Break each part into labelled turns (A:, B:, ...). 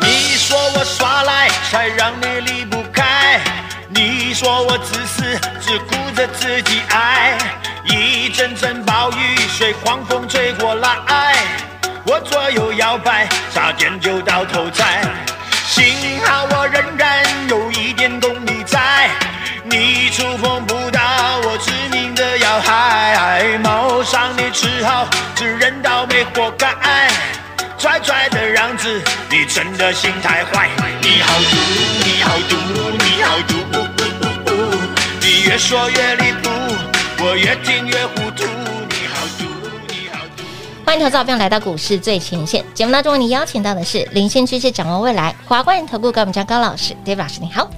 A: 你说我耍赖，才让你离不开；你说我自私，只顾着自己爱。一阵阵暴雨随狂风吹过来，我左右摇摆，差点就到头栽。幸好我仍然有一点功力在，你触碰不到我致命的要害，哎谋伤你只好只认倒霉，活该。拽拽的样子，你真的心太坏。你好毒，你好毒，你好毒，你越说越离谱，我越听越糊涂。你好毒，你好毒。
B: 欢迎投资者朋友来到股市最前线节目当中，为你邀请到的是领先趋势、掌握未来华冠投顾高敏章高老师，David 老师，你好。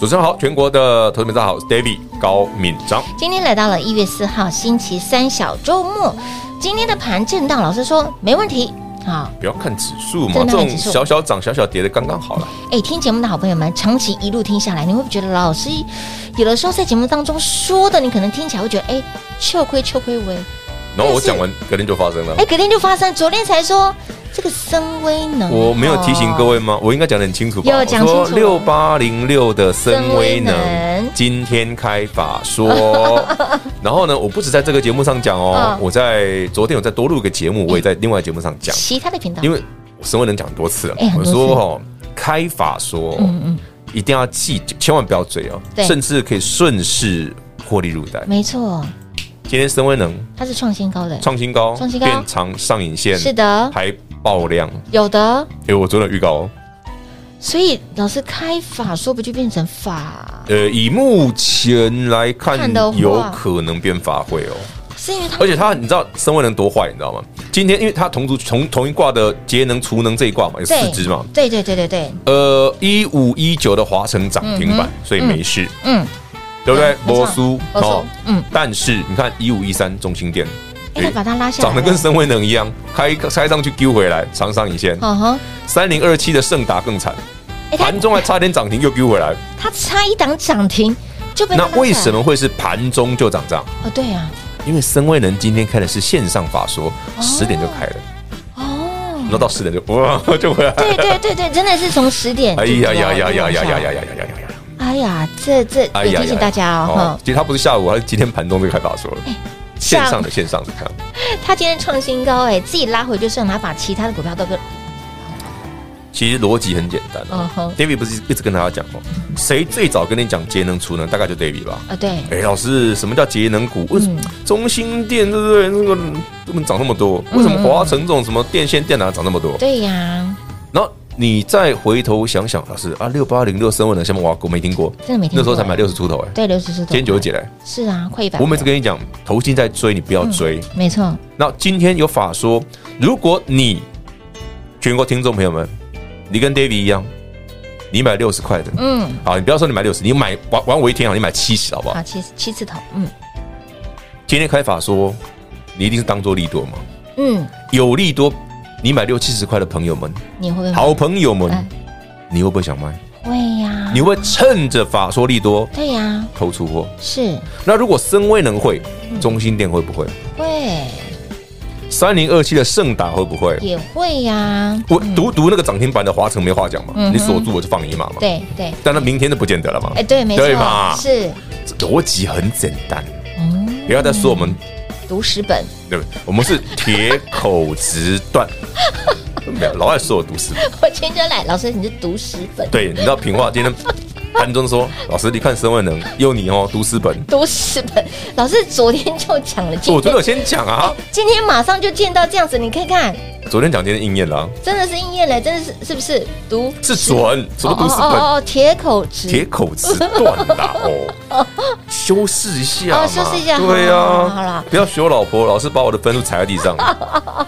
C: 主持人好，全国的投资们大家好，我是 David 高敏章。
B: 今天来到了一月四号星期三小周末，今天的盘震荡，老师说没问题啊。
C: 不要看指数嘛，
B: 真
C: 这
B: 的看
C: 种
B: 指数
C: 小小涨、小小跌的刚刚好了。
B: 哎，听节目的好朋友们，长期一路听下来，你会不会觉得老师有的时候在节目当中说的，你可能听起来会觉得哎，秋亏秋亏微，
C: 然后我
B: 但是
C: 讲完，隔天就发生了
B: 哎，。隔天就发生，昨天才说这个深威能，
C: 我没有提醒各
B: 位。
C: 位吗？我应该讲得很清楚吧？
B: 哦有
C: 我
B: 讲
C: 说
B: 清楚
C: 六八零六的深威能
B: 森威能
C: 今天开法 说，然后呢，我不止在这个节目上讲哦
B: 嗯，
C: 我在昨天有再多录一个节目，我也在另外节目上讲，
B: 其他的频道，
C: 因为深威能讲很多次了
B: 哎，很
C: 我
B: 多次
C: 说哦，开法说，哦
B: 嗯嗯，
C: 一定要记，千万不要追哦，
B: 对
C: 甚至可以顺势获利入袋。
B: 没错，
C: 今天深威能
B: 它是创新高的，
C: 创新高，
B: 创新高
C: 变长上影线，
B: 是，的，
C: 还爆量。
B: 有的。
C: 哎、我昨天有预告哦，
B: 所以老师开法说不就变成法？
C: 呃，以目前来看，
B: 看的话
C: 有可能变法会哦。
B: 是因为他
C: 而且它，你知道深威能多坏，你知道吗？今天因为它同族同同一卦的节能、储能这一卦嘛，有四只嘛。
B: 对对对对对，
C: 呃，一五一九的华晨涨停板，所以没事，
B: 嗯，
C: 对不对
B: 嗯？没错
C: 波苏
B: 波苏嗯，
C: 但是你看一五一三中心店，
B: 哎，他把它拉下来
C: 长
B: 了，
C: 得跟深威能一样，开开上去丢回来，长上影线。
B: 嗯哼，
C: 三零二七的盛达更惨，
B: 哎，他
C: 盘中还差点涨停又丢回来。
B: 他差一档涨停就被
C: 那
B: 它拉下来
C: 为什？么会是盘中就涨涨？
B: 哦，对啊，
C: 因为深威能今天开的是线上法说，十点就开了，
B: 哦，
C: 然后到十点就哇 就回来。
B: 对对对对，真的是从十点，
C: 哎呀呀呀呀呀呀呀呀
B: 呀，
C: 呀呀呀呀！
B: 哎呀，这这
C: 哎
B: 也
C: 呀
B: 提醒大家哦，哈，
C: 其实它不是下午，它是今天盘中就开法说了，线上的线上的看。
B: 他今天创新高，哎，自己拉回就算，他把其他的股票都给，
C: 其实逻辑很简单
B: 嗯
C: 啊
B: 哼。
C: David 不是一直跟大家讲哦，谁最早跟你讲节能储能，大概就 David 吧。
B: 啊，对，
C: 哎，老师，什么叫节能股？为什么
B: 嗯
C: 中兴电对不对？那个怎么涨那么多？为什么华晨这种什么电线电缆涨那么多？
B: 对呀，
C: 然后你再回头想想，老师啊，六八零六升温的，下面哇，我没听过，
B: 真的没听过
C: 那时候才买六十出头哎，
B: 对，六十四，
C: 今天九姐嘞，
B: 是啊，快一百，
C: 我每次跟你讲，投信在追，你不要追。
B: 没错，
C: 那今天有法说，如果你全国听众朋友们，你跟 David 一样，你买六十块的，
B: 嗯。
C: 好，你不要说你买六十，你买玩玩我一天啊，你买七十好不好
B: 好，？七七字头，嗯
C: 今天开法说，你一定是当做利多嘛，
B: 嗯，
C: 有利多，你买六七十块的朋友们，
B: 你会不会买
C: 好朋友们
B: 哎，
C: 你会不会想卖？
B: 嗯会呀
C: 你，会不会趁着法说利多
B: 对呀，
C: 偷出货？
B: 是
C: 那如果深威能会，
B: 嗯
C: 中心店会不会？
B: 会
C: 三零二七的盛达会不会？
B: 也会呀，
C: 我独独那个涨停板的华晨没话讲嘛
B: 嗯，哼
C: 你锁住我就放你一马嘛。
B: 对对，
C: 但那明天就不见得了嘛。
B: 哎对，没错
C: 对吧，
B: 是
C: 这逻辑很简单，
B: 嗯，
C: 不要再说我们
B: 读十本，
C: 对不对？我们是铁口直断，没有老爱说我读死。
B: 我今天就来，老师你是读十本，
C: 对，你知道平话今天盘中说：“老师，你看沈万能，有你哦，读 诗本。
B: 读十本，老师昨天就讲了，”今
C: 我昨
B: 天
C: 天有先讲啊，
B: 今天马上就见到这样子，你看看，
C: 昨天讲今天应验了啊，
B: 真的是应验了，真的是是不是读
C: 是准，什么读诗本？
B: 哦，铁口直
C: 铁口直断啦哦，修饰一下嘛，
B: 哦修饰一下
C: 对
B: 好
C: 呀，
B: 啦好啦
C: 不要学我老婆，老是把我的分数踩在地上。
B: 哦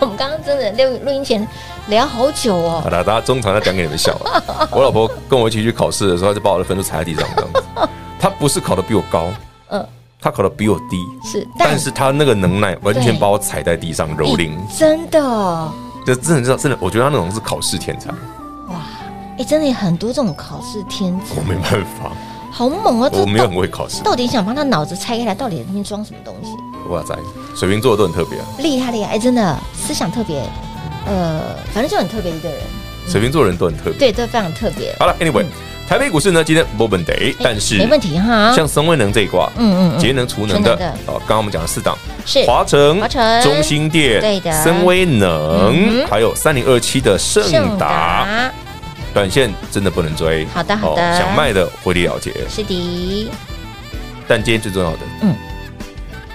B: 我们刚刚真的录录音前聊好久
C: 好
B: 哦，
C: 啦，大家中场再讲给你们笑啊。 我老婆跟我一起去考试的时候，她就把我的分数踩在地上这样子。她不是考的比我高，
B: 嗯，
C: 她考的比我低，
B: 是，
C: 但是她那个能耐完全
B: 对
C: 把我踩在地上蹂躏。
B: 真的哦
C: 这真的知道，真的，我觉得她那种是考试天才，
B: 哇，哎，真的有很多这种考试天才
C: 我，没办法，
B: 好猛啊！这
C: 我没有
B: 到
C: 很会 考试。
B: 到底想把他脑子拆开来，到底里面装什么东西？
C: 哇塞，水瓶座都很特别啊。
B: 厉害厉害，哎，真的思想特别，呃，反正就很特别的一个人，
C: 水瓶座人都很特别。
B: 对，这非常特别，
C: 好了，Anyway，台北股市呢今天没问题，但
B: 哎没
C: 是
B: 问题哈。
C: 像深威能这一挂，
B: 嗯嗯嗯
C: 节能储能的
B: 储能
C: 哦，刚刚我们讲了四档，
B: 是
C: 华城、
B: 华城
C: 中心店、
B: 对的
C: 深威能，
B: 嗯
C: 还有三零二七的盛达，，短线真的不能追。哦
B: 好的好的
C: 想卖的回力了结，
B: 是的，
C: 但今天最重要的，
B: 嗯，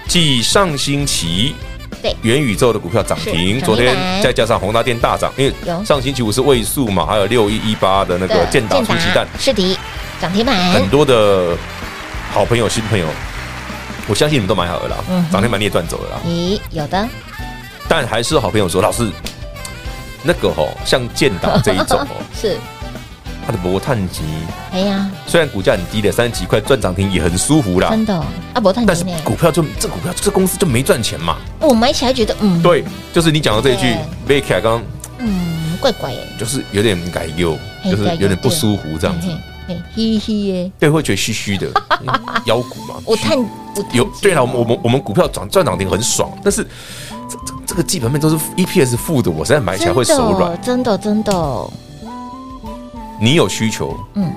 C: 继上星期。
B: 对
C: 元宇宙的股票涨停，
B: 是
C: 昨天
B: 涨停板
C: 再加上宏达电大涨，因
B: 有
C: 为上星期五是位数嘛，还有六一一八的那个
B: 的
C: 建达出鸡蛋，
B: 是的，涨停板，
C: 很多的好朋友、新朋友，我相信你们都买好了啦
B: 嗯哼，
C: 涨停板你也赚走了啦。
B: 咦，有的，，
C: 但还是有好朋友说，老师，那个吼、像建档这一种哦
B: 是，
C: 它的博探级
B: 哎呀，
C: 虽然股价很低的三十几块赚涨停也很舒服啦，
B: 真的哦，阿伯探
C: 啊但是
B: 呢？
C: 股票就这股票这公司就没赚钱嘛。
B: 哦我买起来觉得，嗯，，
C: 对，就是你讲的这一句
B: 对，
C: 贝凯刚刚
B: 嗯，怪怪耶，
C: 就是有点改忧，
B: 嘿
C: 就是有点不舒服这样子，，
B: 嘿嘿嘿嘿嘿耶，
C: 对，会觉得 虚虚的，嗯腰股嘛。
B: 我
C: 虚
B: 探我
C: 有
B: 探
C: 对了，我们我们我们股票涨赚涨停很爽，但是这这这个基本面都是 EPS 负的，我实在买起来会手软。
B: 真的真的真的哦，
C: 你有需求，
B: 嗯
C: 嗯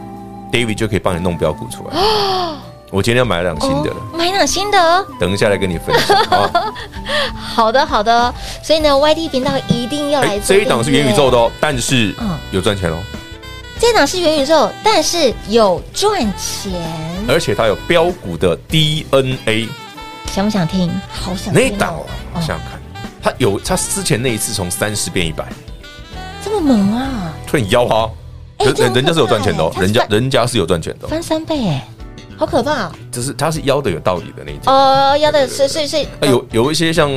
C: ，David 就可以帮你弄标股出 来。我今天要买两新的了，
B: 哦买哪新的哦？
C: 等一下来跟你分 享。好不好
B: 好的好的，所以呢，YT 频道一定要来
C: 哎，
B: 做
C: 这一档是元宇宙的哦，但是
B: 嗯
C: 有赚钱哦，
B: 这档是元宇宙，但是有赚钱，
C: 而且它有标股的 DNA
B: 想不想听？好想
C: 那一
B: 听
C: 档
B: 哦
C: 哦，我想想看，它有它之前那一次从三十变一百，
B: 这么猛啊，
C: 突然腰哈，
B: 哎
C: 人
B: 这样
C: 人人家是有赚钱的哦
B: 不，错哎
C: 人家
B: 它是
C: 人家是有赚钱的哦，
B: 翻三倍哎，好可怕哦
C: 只是它是腰的有道理的那一种。哎
B: 哦！要的是是哦是，
C: 那有有一些像，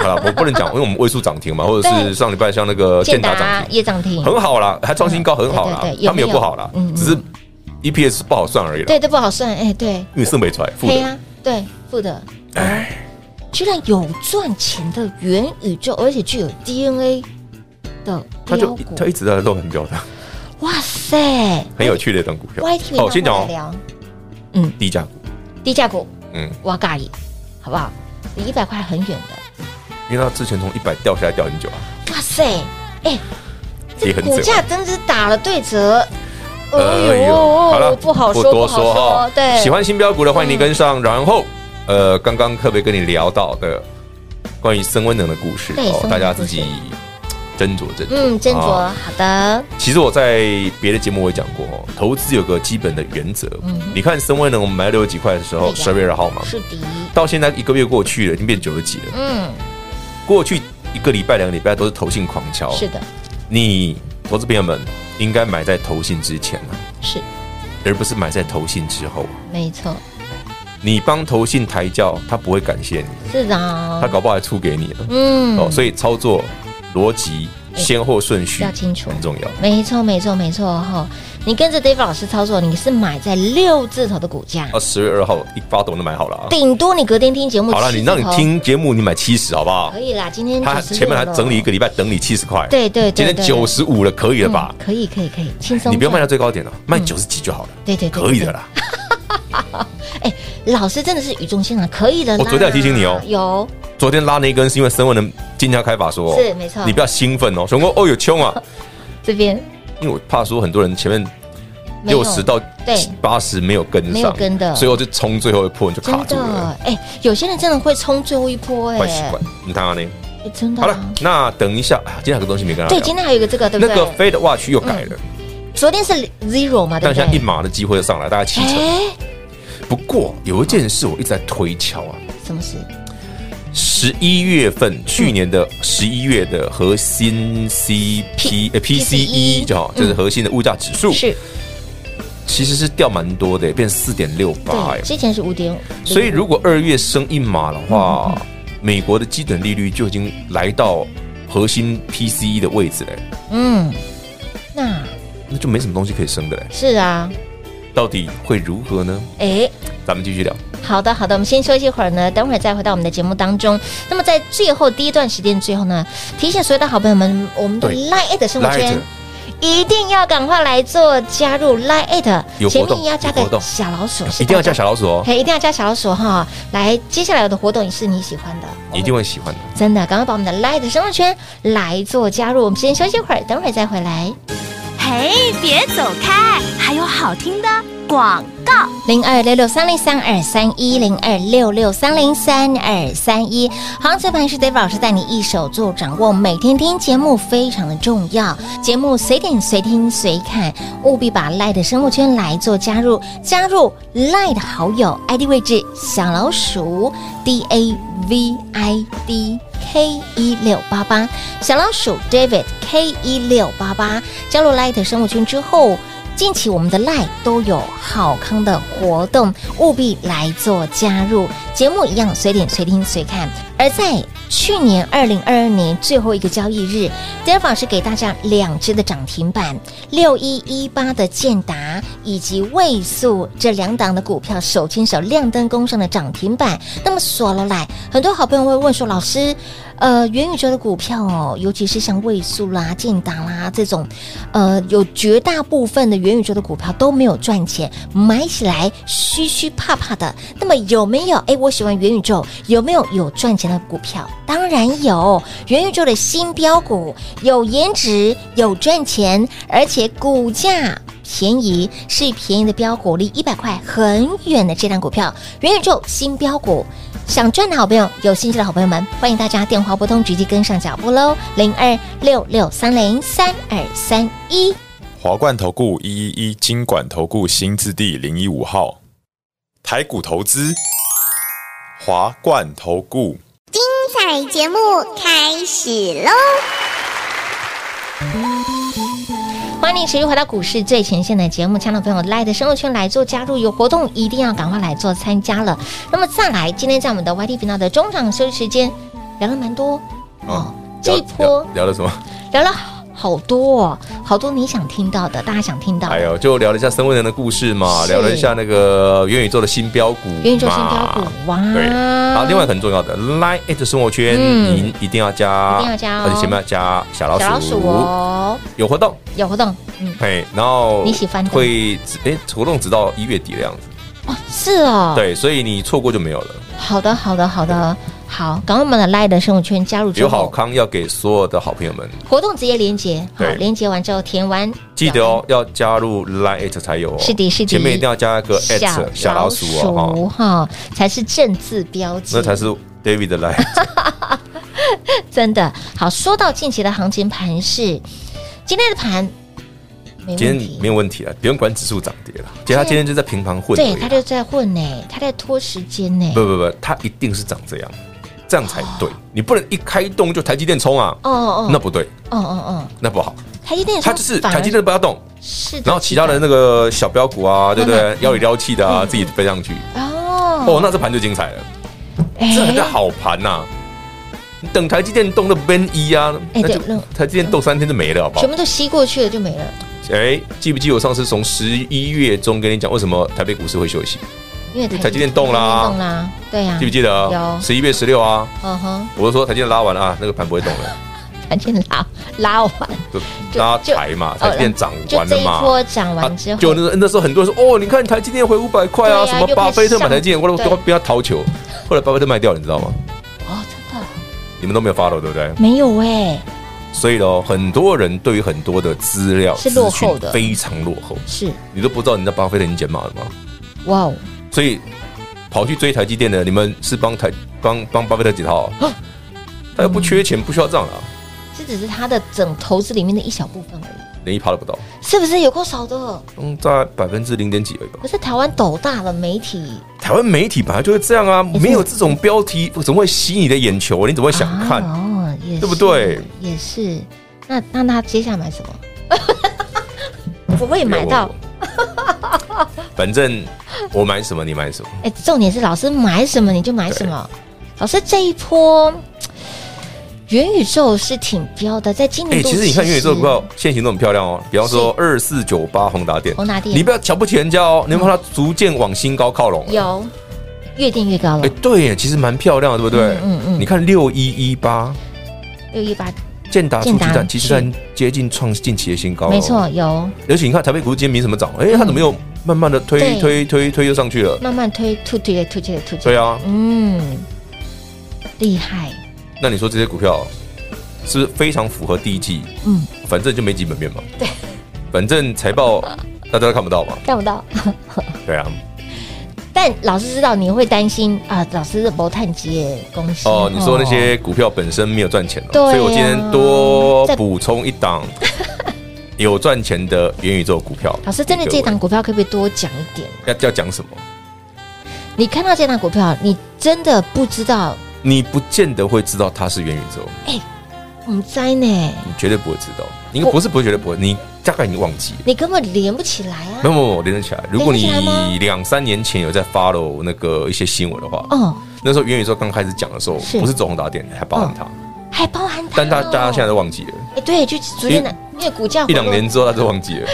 C: 好了，我不能讲，因为我们位数涨停嘛，或者
B: 对
C: 是上礼拜像那个建达涨停。
B: 也涨停，
C: 很好啦，还创新高，很好啦
B: 嗯对对对，有
C: 他们
B: 没有
C: 也不好啦
B: 嗯嗯，
C: 只是 EPS 不好算而已啦，
B: 对，都不好算哎，对，
C: 因为剩没出来，负
B: 对
C: 的。哎
B: 呀，对，负的，哦居然有赚钱的元宇宙，而且具有 DNA 的
C: 他
B: 标
C: 就
B: 股哎
C: 他，一直在乱很标的，
B: 哇塞，
C: 很有趣的一档股票。
B: YT
C: 哦，先讲哦，
B: 聊
C: 低价股，
B: 低价股，
C: 嗯，
B: 挖咖喱，好不好？离一百块很远的，
C: 因为它之前从一百掉下来掉很久啊，
B: 哇塞，哎、这
C: 也很
B: 股
C: 久。啊
B: 价真是打了对折，哎
C: 哎
B: 呦，
C: 呦好了，
B: 不好说，
C: 不多
B: 好
C: 说哈。
B: 对，嗯
C: 喜欢新标股的欢迎你跟上。然后，呃，刚刚特别跟你聊到的关于升温能的故事哦
B: 对升温能
C: 大家自己斟酌斟酌。
B: 嗯，斟酌，
C: 啊
B: 好的，
C: 其实我在别的节目我也讲过哦，投资有个基本的原则。你看深威呢，我们买六十几块的时候，
B: 嗯对呀
C: 十二月二号嘛，
B: 是的，
C: 到现在一个月过去了，已经变九十几了。
B: 嗯，
C: 过去一个礼拜、两个礼拜都是投信狂敲。
B: 是的，
C: 你投资朋友们应该买在投信之前啊，
B: 是
C: 而不是买在投信之后啊。
B: 没错，
C: 你帮投信抬轿，他不会感谢你，
B: 是的
C: 他
B: 哦，
C: 搞不好还出给你了。
B: 嗯，
C: 哦，所以操作逻辑、先后顺序
B: 要清楚
C: 很重要。
B: 没错，没错，没错哈！你跟着 David 老师操作，你是买在六字头的股价，
C: 啊，十月二号一发懂都买好了啊。
B: 顶多你隔天听节目。哦
C: 好了，你让你听节目，你买七十好不好
B: 可？以啦，今天
C: 他
B: 96
C: 前面还整理一个
B: 了，
C: 礼拜，等你七十块。
B: 对对对
C: 今天
B: 对
C: 九十五了，可以了吧
B: 嗯？可以可以可以，轻松赚。
C: 你不要卖到最高点了，卖九十几就好了。
B: 对对对
C: 可以的啦。
B: 哎，老师真的是语重心长，可以的啦。
C: 我昨天有提醒你哦
B: 有
C: 昨天拉那一根是因为深问能竞价开法说，
B: 是没错
C: 你不要兴奋哦，熊哥哦有 冲啊，
B: 这边
C: 因为我怕说很多人前面
B: 没有
C: 六十到
B: 对
C: 八十没有跟上，
B: 没有跟的
C: 所以我就冲最后一波，你就卡
B: 真
C: 住了
B: 的。哎，有些人真的会冲最后一波哎，
C: 坏习惯，你看看呢？
B: 哎真的啊
C: 好了，那等一下，啊今天还有个东西没跟大家
B: 对，
C: 聊
B: 今天还有一个这个对不
C: 那个
B: 对？
C: Fed Watch 又改了，
B: 昨天是 zero 嘛，对
C: 但
B: 不
C: 现在一
B: 对？
C: 码的机会就上来，大概七成。
B: 哎，
C: 不过有一件事我一直在推敲啊，
B: 什么事？
C: 十一月份去年
B: 嗯
C: 的十一月的核心 CP
B: PCE
C: 呃 PCE 就好，就是核心的物价指数，
B: E，嗯是
C: 其实是掉蛮多的，变四点六八
B: 对，
C: 哎。
B: 之前是五点五，
C: 所以如果二月升一码的话，
B: 嗯
C: 美国的基准利率就已经来到核心 PCE 的位置嘞，
B: 嗯，那
C: 那就没什么东西可以升的嘞。
B: 是啊，
C: 到底会如何呢？
B: 哎，
C: 咱们继续聊。
B: 好的，好的，我们先休息一会儿呢，等会儿再回到我们的节目当中。那么在最后第一段时间最后呢，提醒所有的好朋友们，我们的
C: 对
B: Line 的生活圈
C: Lite
B: 一定要赶快来做加入 Line，
C: 有活
B: 前
C: 动
B: 面要加
C: 有活
B: 个
C: 动
B: 小老鼠，
C: 一定要加小老鼠哦，
B: 嘿，一定要加小老鼠哈！来，接下来有的活动也是你喜欢的，
C: 你一定会喜欢的。
B: 真的，赶快把我们的 Line 的生活圈来做加入。我们先休息一会儿，等会儿再回来。
D: 嘿，别走开，还有好听的广告。
B: 零二六六三零三二三一零二六六三零三二三一。行情盘是 David 老师带你一手做掌握，每天听节目非常的重要，节目随点随听随看，务必把 Lie 的生活圈来做加入，加入 Lie 的好友 ID 位置小老鼠 D A V I D。K 一六八八小老鼠 David K 一六八八加入 Light 生物圈之后，近期我们的 Live 都有好康的活动，务必来做加入。节目一样随点随听随看。而在去年二零二二年最后一个交易日 d e v 老师给大家两只的涨停板，六一一八的建达以及位数这两档的股票手牵手亮灯攻上了涨停板。那么索罗来，很多好朋友会问说，老师，呃，元宇宙的股票哦，尤其是像位数啦、建达啦这种，呃，有绝大部分的元宇宙的股票都没有赚钱，买起来虚虚怕怕的。那么有没有？哎，我喜欢元宇宙，有没有有赚钱的股票？当然有，元宇宙的新标股有颜值，有赚钱，而且股价。便宜是便宜的标股，离一百块很远的这档股票，元宇宙新标股，想赚的好朋友，有兴趣的好朋友们，欢迎大家电话拨通，直接跟上脚步喽，零二六六三零三二三一。
E: 华冠投顾一一一金管投顾新字第零一五号，台股投资，华冠投顾。
F: 彩节目开始喽！
B: 欢迎你持续回到股市最前线的节目，亲爱的朋友，来的生活圈来做加入，有活动一定要赶快来做参加了。那么再来，今天在我们的 YT 频道的中场休息时间聊了蛮多哦，这一波
C: 聊聊了什么？
B: 聊了好多、哦，好多你想听到的，大家想听到的。
C: 哎呦，就聊了一下生物人的故事嘛，
B: 哦是
C: 聊了一下那个元宇宙的新标股嘛，
B: 元宇宙新标股哇！
C: 对，然后另外一个很重要的 Line at 生活圈，
B: 嗯
C: 您一定要加，
B: 一定要加哦
C: 而且前面要加小老
B: 小老鼠哦，
C: 有活动，
B: 有活动，嗯，
C: 哎，然后
B: 你喜欢的
C: 会只哎活动直到一月底的样子，
B: 是哦，，
C: 对，所以你错过就没有了。
B: 好的，好的，好的，好，赶快我们的 l i 的生物圈加入之
C: 有好
B: 后，
C: 康要给所有的好朋友们，
B: 活动直接连接，好，
C: 对
B: 连接完之后填完，
C: 记得哦，要加入 Line at 才有哦，
B: 是的是的
C: 前面一定要加一个 at 小老鼠哦，哈
B: 哈，才是正字标记，
C: 那才是 David 的 Line。
B: 真的好。说到近期的行情盘是今天的盘没
C: 今
B: 问
C: 天没
B: 题，
C: 有问题了，不用管指数涨跌了。其实他今天就在平盘混而已
B: 对
C: 啦，
B: 他就在混呢，他在拖时间呢，
C: 不不不，他一定是长这样，这样才对。你不能一开动就台积电冲啊，
B: 哦哦，
C: 那不对，
B: 哦哦
C: 那不好。
B: 哦，台积电
C: 他就是
B: 反而
C: 台积电不要动，
B: 是的，
C: 然后其他的那个小标股啊，对不
B: 慢
C: 对
B: 慢？
C: 妖里妖气的啊，自己飞上去。
B: 嗯哦哎
C: 哦，那这盘就精彩了，这很好盘呐。你等台积电动的 Ben 一啊，
B: 哎
C: 那就
B: 对那
C: 台积电动三天就没了，好不好
B: 全？部都吸过去了就没了，
C: 哎，记不记得我上次从十一月中跟你讲，为什么台北股市会休息？
B: 啊因为
C: 台积电动啦
B: 台积电动啦，对呀、
C: 记不记得？
B: 有
C: 十一月十六啊，
B: 嗯哼，
C: 我就说台积电拉完了啊，那个盘不会动了，
B: 台积电拉拉完，
C: 就
B: 就
C: 拉抬嘛，
B: 就
C: 台积电涨
B: 就
C: 完
B: 这
C: 了
B: 一
C: 嘛。
B: 波涨完之
C: 啊
B: 后，
C: 就那时候那时候很多人说，哦，你看台积电回五百块
B: 对
C: 啊，
B: 啊
C: 什么
B: 又开始
C: 巴菲特买台积电，
B: 上
C: 我都
B: 对
C: 我不要逃球。后来巴菲特卖掉了，你知道吗？
B: 哦，真的
C: 你们都没有 follow 对不对？
B: 没有哎、
C: 所以咯，很多人对于很多的资料
B: 是落后的
C: 资讯非常落后，
B: 是
C: 你都不知道你在巴菲特已经减码了吗？
B: 哇哦，
C: 所以跑去追台积电的，你们是帮台帮帮巴菲特几套啊？他又不缺钱，不需要这样了啊。
B: 这只是他的整投资里面的一小部分而已，
C: 连一趴都不到，
B: 是不是有够少的？
C: 嗯，在百分之零点几而已吧。
B: 可是台湾斗大了媒体，
C: 台湾媒体本来就会这样
B: 哦
C: 啊，没有这种标题怎么会吸你的眼球？你怎么会想看？
B: 啊哦，也是
C: 对不对？
B: 也是。那那他接下来买什么？ 我会买到。
C: 反正我买什么你买 什么，
B: 哎、重点是老师买什么你就买什么。老师这一波元宇宙是挺标的，在今
C: 哎、
B: 年度、
C: 其实你看元宇宙股票现形都很漂亮哦，比方说二四九八宏达电，
B: 宏达电嗯
C: 你不要瞧不起人家哦，你有没有看它逐渐往新高靠拢。啊
B: 有越定越高了
C: 哎、，对耶，其实蛮漂亮的，对不对？
B: 嗯嗯嗯
C: 你看六一一八哎
B: 六一八，
C: 建达出鸡
B: 建达
C: 蛋，其实蛋接近创近期的新高、
B: 没错，。有
C: 而且你看台北股市今天没什么涨，哎、它怎么又慢慢的推
B: 对
C: 推推推又上去了？
B: 慢慢推，突推的突推的突推。
C: 对啊，
B: 嗯，厉害，
C: 那你说这些股票是不是非常符合第一季？
B: 嗯，
C: 反正就没基本面嘛。对，反正财报大家都看不到嘛。
B: 看不到。
C: 对啊，
B: 但老师知道你会担心啊，老师博探杰公司
C: 哦，你说那些股票本身没有赚钱、哦，
B: 对啊
C: 所以我今天多补充一 档有赚钱的元宇宙股票。
B: 老师真的这档股票可不可以多讲一点？
C: 要要讲什么？
B: 你看到这档股票，你真的不知道，
C: 你不见得会知道它是元宇宙，
B: 嗯，在呢，
C: 你绝对不会知道。你不是不会绝对不会，你大概已经忘记了。
B: 你根本连不起来
C: 没
B: 啊。
C: 有没有，没有我连得起来。如果
B: 连得起来吗
C: 你两三年前有在 follow 那个一些新闻的话，
B: 哦，
C: 那时候元宇宙刚开始讲的时候，
B: 是
C: 不是走宏达电，还包含它，
B: 还包含它哦
C: 但大大家现在都忘记了，
B: 哎，对，就逐渐的，因为股价
C: 一
B: 回
C: 两
B: 落
C: 年，之后大家都忘记了。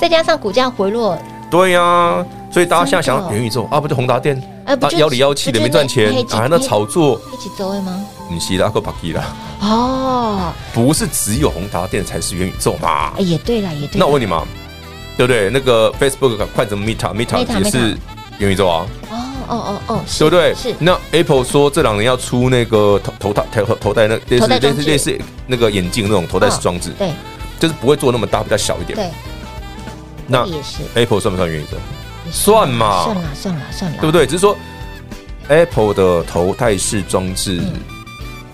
B: 再加上股价回落，
C: 对呀、所以大家现在想
B: 真
C: 到
B: 的
C: 元宇宙啊，不就宏达电
B: 哎，不
C: 啊
B: 就
C: 妖里妖气的没赚钱
B: 不就那
C: 啊，那炒作
B: 一起走位吗？
C: 你是拉个巴基啦，
B: 哦，
C: 不是只有宏达电才是元宇宙嘛
B: 哎？也对了，也对啦。
C: 那我问你嘛，对不对？那个 Facebook 啊快怎么 Meta
B: Meta，
C: Meta 也是
B: Meta
C: 元宇宙啊，
B: 哦哦哦哦，是
C: 对不对？
B: 是
C: 那 Apple 说这两年要出那个头头戴头头戴那类
B: 头
C: 似
B: 戴
C: 类
B: 装
C: 似
B: 置嗯
C: 类似那个眼镜那种头戴式装置，
B: 对
C: 就是不会做那么大，比较小一点。
B: 对，
C: 那
B: 也是
C: Apple 算不算元宇宙？
B: 也是
C: 啊算嘛
B: 算了算了算了，
C: 对不对？只是说 Apple 的头戴式装置，
B: 嗯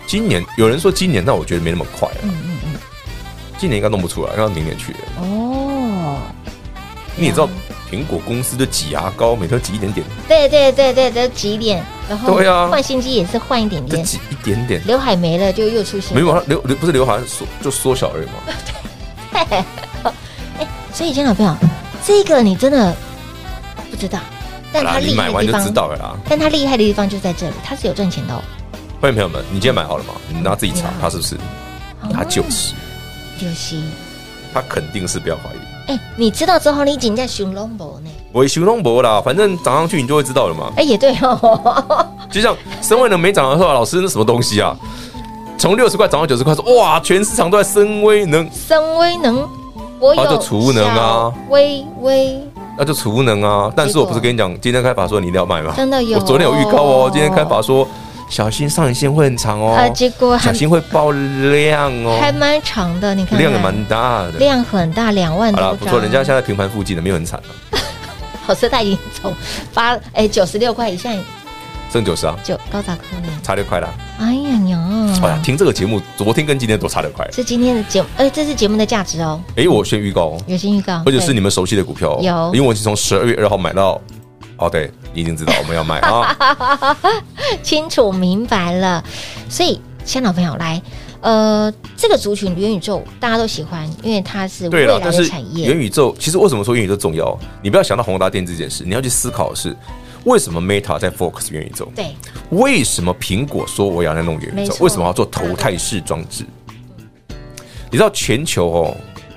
C: 今年有人说今年，但我觉得没那么快、啊，
B: 嗯嗯嗯，
C: 今年应该弄不出来，让到明年去了。
B: 哦，
C: 你也知道，苹果公司就挤牙膏，每天都挤一点点，
B: 对对对对，都挤脸，然后
C: 对啊
B: 换新机也是换一点
C: 就
B: 点，
C: 挤一点点，
B: 刘海没了就又出现，
C: 没有它刘刘不是刘海缩就缩小而已嘛。
B: 所以，亲老朋友，这个你真的不知道，但
C: 好
B: 他
C: 啦，你
B: 厉害
C: 买
B: 的
C: 完
B: 地
C: 就知
B: 方，
C: 道了啦。
B: 但他厉害的地方就在这里，他是有赚钱的哦。
C: 欢迎朋友们，你今天买好了吗？你拿自己查
B: 嗯，
C: 它是不是？
B: 啊
C: 它就是，
B: 就是，
C: 它肯定是，不要怀疑。
B: 哎、你知道之后，你紧在熊龙博呢？
C: 我修弄博啦，反正涨上去你就会知道了嘛。
B: 哎、也对哦，
C: 就像升威能没涨的时候，老师那什么东西啊？从六十块涨到九十块，说哇，全市场都在升威能，
B: 深威能，我有
C: 啊就储能啊，
B: 微微
C: 那就储能啊。但是我不是跟你讲，今天开法说你一定要买吗？
B: 真的有
C: 我昨天有预告哦，今天开法说小心上影线会很长哦，
B: 啊，结果
C: 小
B: 还
C: 心会爆量
B: 还
C: 哦，
B: 蛮长的，你看看
C: 量也蛮大的。
B: 量很大，两万
C: 好
B: 多
C: 啦，
B: 张。
C: 不错，人家现在平盘附近的没有很惨啊，
B: 老师他已经从八哎九十六块以下
C: 剩九十啊，
B: 就高达科呢。
C: 差六块啦。
B: 哎呀
C: 哎呀
B: 呀，，
C: 听这个节目，昨天跟今天多差六块。
B: 这今天的节目，哎，这是节目的价值哦，
C: 哎，我先预告哦，
B: 有新预告，
C: 而且是
B: 对
C: 你们熟悉的股票、哦，
B: 有
C: 因为我已经从十二月二号买到，哦，对，你已经知道我们要 买啊，
B: 清楚明白了。所以，亲爱的朋友，来，呃，这个族群元宇宙大家都喜欢，因为它是未
C: 对
B: 来
C: 了，但
B: 的
C: 是
B: 啊产
C: 元
B: 业。
C: 宇宙，其实为什么说元宇宙重要？你不要想到宏达电这件事，你要去思考的是。为什么 Meta 在 focus 元宇宙？
B: 对，
C: 为什么苹果说我要来弄元
B: 没
C: 宇宙？
B: 错
C: 为什么要做头戴式装置？你知道全球哦，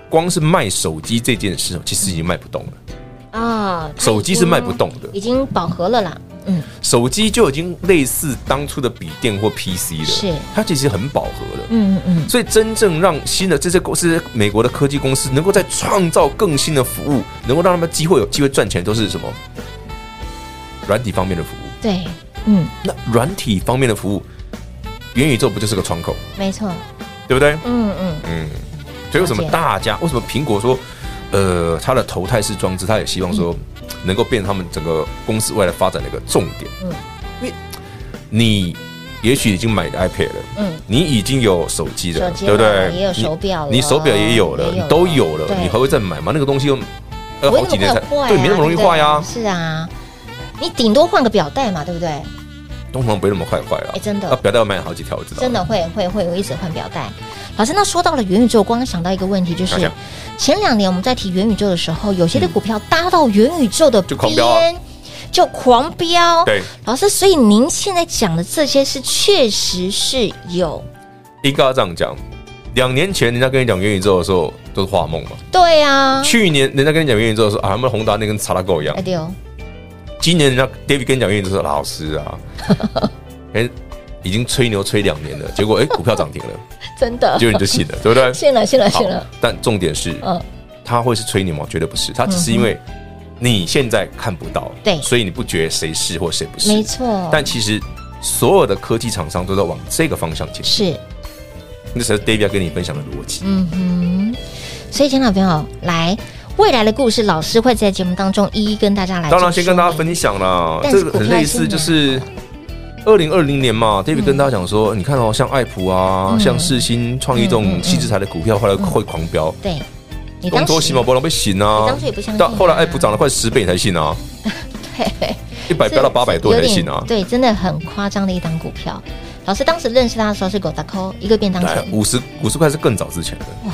C: 光是卖手机这件事，哦其实已经卖不动了。
B: 啊，它
C: 手机是卖不动的
B: 已经已经饱和了啦。嗯，
C: 手机就已经类似当初的笔电或 PC 了，
B: 是
C: 它其实很饱和了。
B: 嗯嗯
C: 所以真正让新的这些公司，美国的科技公司能够在创造更新的服务，能够让他们机会有机会赚钱，都是什么？软体方面的服务
B: 嗯，。对，嗯，
C: 那软体方面的服务，元宇宙不就是个窗口，
B: 没错，
C: 对不对？
B: 嗯嗯，
C: 嗯。所以为什么
B: 了解
C: 大家为什么苹果说，呃，它的头戴式装置，它也希望
B: 嗯
C: 说能够变成他们整个公司未来发展的一个重点。
B: 嗯
C: 因为你也许已经买 iPad 了，
B: 嗯，
C: 你已经有手机了，
B: 手机
C: 对不
B: 了
C: 对？
B: 也有
C: 你
B: 手表了
C: 你手表也有了，
B: 也有
C: 你
B: 了
C: 都有了
B: 对，
C: 你还会再买吗？那个东西又
B: 不
C: 要
B: 会
C: 好几年
B: 那么
C: 才
B: 快坏啊，
C: 对，没那么容易坏呀
B: 对不。对是啊，你顶多换个表带嘛，对不对？
C: 通常不会那么快坏了
B: 哎，真的
C: 啊，表带要买好几条，我知道。
B: 真的会会会，我一直换表带。老师，那说到了元宇宙，我刚刚想到一个问题，就
C: 好
B: 是
C: 像
B: 前两年我们在提元宇宙的时候，有些的股票搭到元宇宙的
C: 就狂飙啊
B: 边，就狂飙。
C: 对，
B: 老师，所以您现在讲的这些是确实是有，
C: 应该要这样讲。两年前人家跟你讲元宇宙的时候都是画梦嘛，
B: 对啊，
C: 去年人家跟你讲元宇宙的时候啊，他们宏达那跟查拉狗一样
B: 哎，对哦，
C: 今年人家 David 跟你讲元宇宙说老师啊， 哎，已经吹牛吹两年了，结果哎股票涨停 了，
B: 真的
C: 结，果你就信了，对不 对？
B: 信了信了信了
C: 好，，但重点是，
B: 嗯
C: 他会是吹牛吗？绝对不是，他只是因为你现在看不到，
B: 对
C: 所以你不觉得谁是或谁不是，
B: 没。错，
C: 但其实所有的科技厂商都在往这个方向前进，
B: 是，
C: 那才是 David 要跟你分享的逻辑。
B: 嗯哼，所以，亲爱的朋友，来未来的故事，老师会在节目当中一一跟大家来。
C: 当然，先跟大家分。享啦，
B: 但是
C: 这个很类似，
B: 股票
C: 就
B: 是
C: 是二零二零年嘛，David 跟大家讲说，你看哦，像爱普啊，
B: 嗯
C: 像世新、创意
B: 嗯嗯
C: 这种
B: 嗯
C: 细制材的股票，后来会狂飙，
B: 对，你
C: 东
B: 当
C: 多
B: 时
C: 西毛波浪被洗啊
B: 你当初也不相信啊
C: 到后来爱普涨了快十倍你才信啊，一百飙到八百多
B: 有
C: 你才
B: 点
C: 信啊，
B: 对，真的很夸张的一档股票。老师当时认识他的时候是狗大扣一个便当
C: 来
B: 钱，
C: 哎五十五十块是更早之前的，
B: 嗯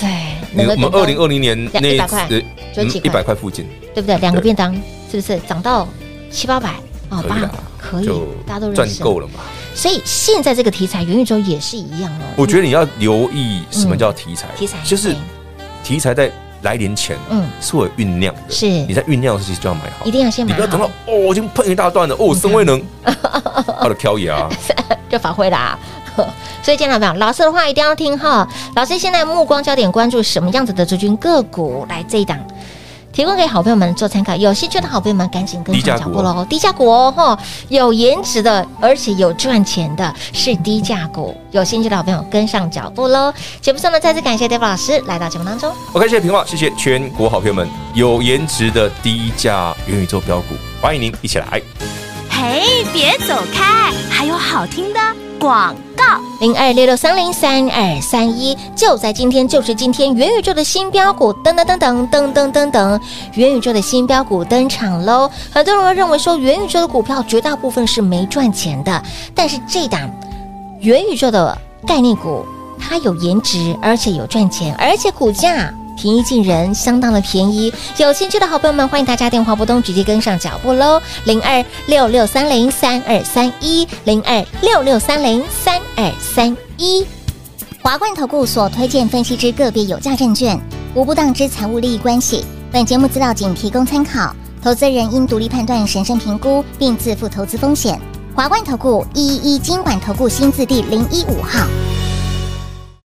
B: 对，
C: 你我们二零
B: 二
C: 二零年那嗯
B: 两100块就几
C: 一
B: 块
C: 百块附近，
B: 对不对？两个
C: 对
B: 便当是不是涨到七八百？哦，八
C: 可以啦
B: 可以
C: 就，
B: 大家都认
C: 赚
B: 识
C: 够。了嘛。
B: 所以现在这个题材元宇宙也是一样哦。
C: 我觉得你要留意什么叫题材，
B: 嗯题材
C: 就是
B: 对
C: 题材在来临前，
B: 嗯
C: 嗯，是会有酝酿的，
B: 是
C: 你在酝酿的时候就要买好，
B: 一定要先
C: 你
B: 买
C: 不要等到
B: 好，
C: 哦，我已经碰一大段了，哦，深威能， 他的挑牙，
B: 就发挥啦、 所以，见到没有？老师的话一定要听哈。老师现在目光焦点关注什么样子的族群个股？来这一档。提供给好朋友们做参考，有兴趣的好朋友们赶紧跟
C: 低价
B: 上脚步
C: 股
B: 喽！低价股哦，吼，有颜值的，而且有赚钱的，是低价股。有兴趣的好朋友跟上脚步喽！节目上呢，再次感谢 David 老师来到节目当中。
C: OK，谢谢平话，谢谢全国好朋友们，有颜值的低价元宇宙标股，欢迎您一起来。
D: 嘿，别走开，还有好听的广告。
B: 零二六六三零三二三一，就在今天，就是今天，元宇宙的新标股噔噔噔噔噔噔噔噔，元宇宙的新标股登场喽！很多人会认为说，元宇宙的股票绝大部分是没赚钱的，但是这档元宇宙的概念股，它有颜值，而且有赚钱，而且股价。平易近人，相当的便宜。有兴趣的好朋友们，欢迎大家电话拨通，直接跟上脚步喽。零二六六三零三二三一，零二六六三零三二三一。
F: 华冠投顾所推荐分析之个别有价证券，无不当之财务利益关系。本节目资料仅提供参考，投资人应独立判断、审慎评估，并自负投资风险。华冠投顾一一一金管投顾新字第零一五号。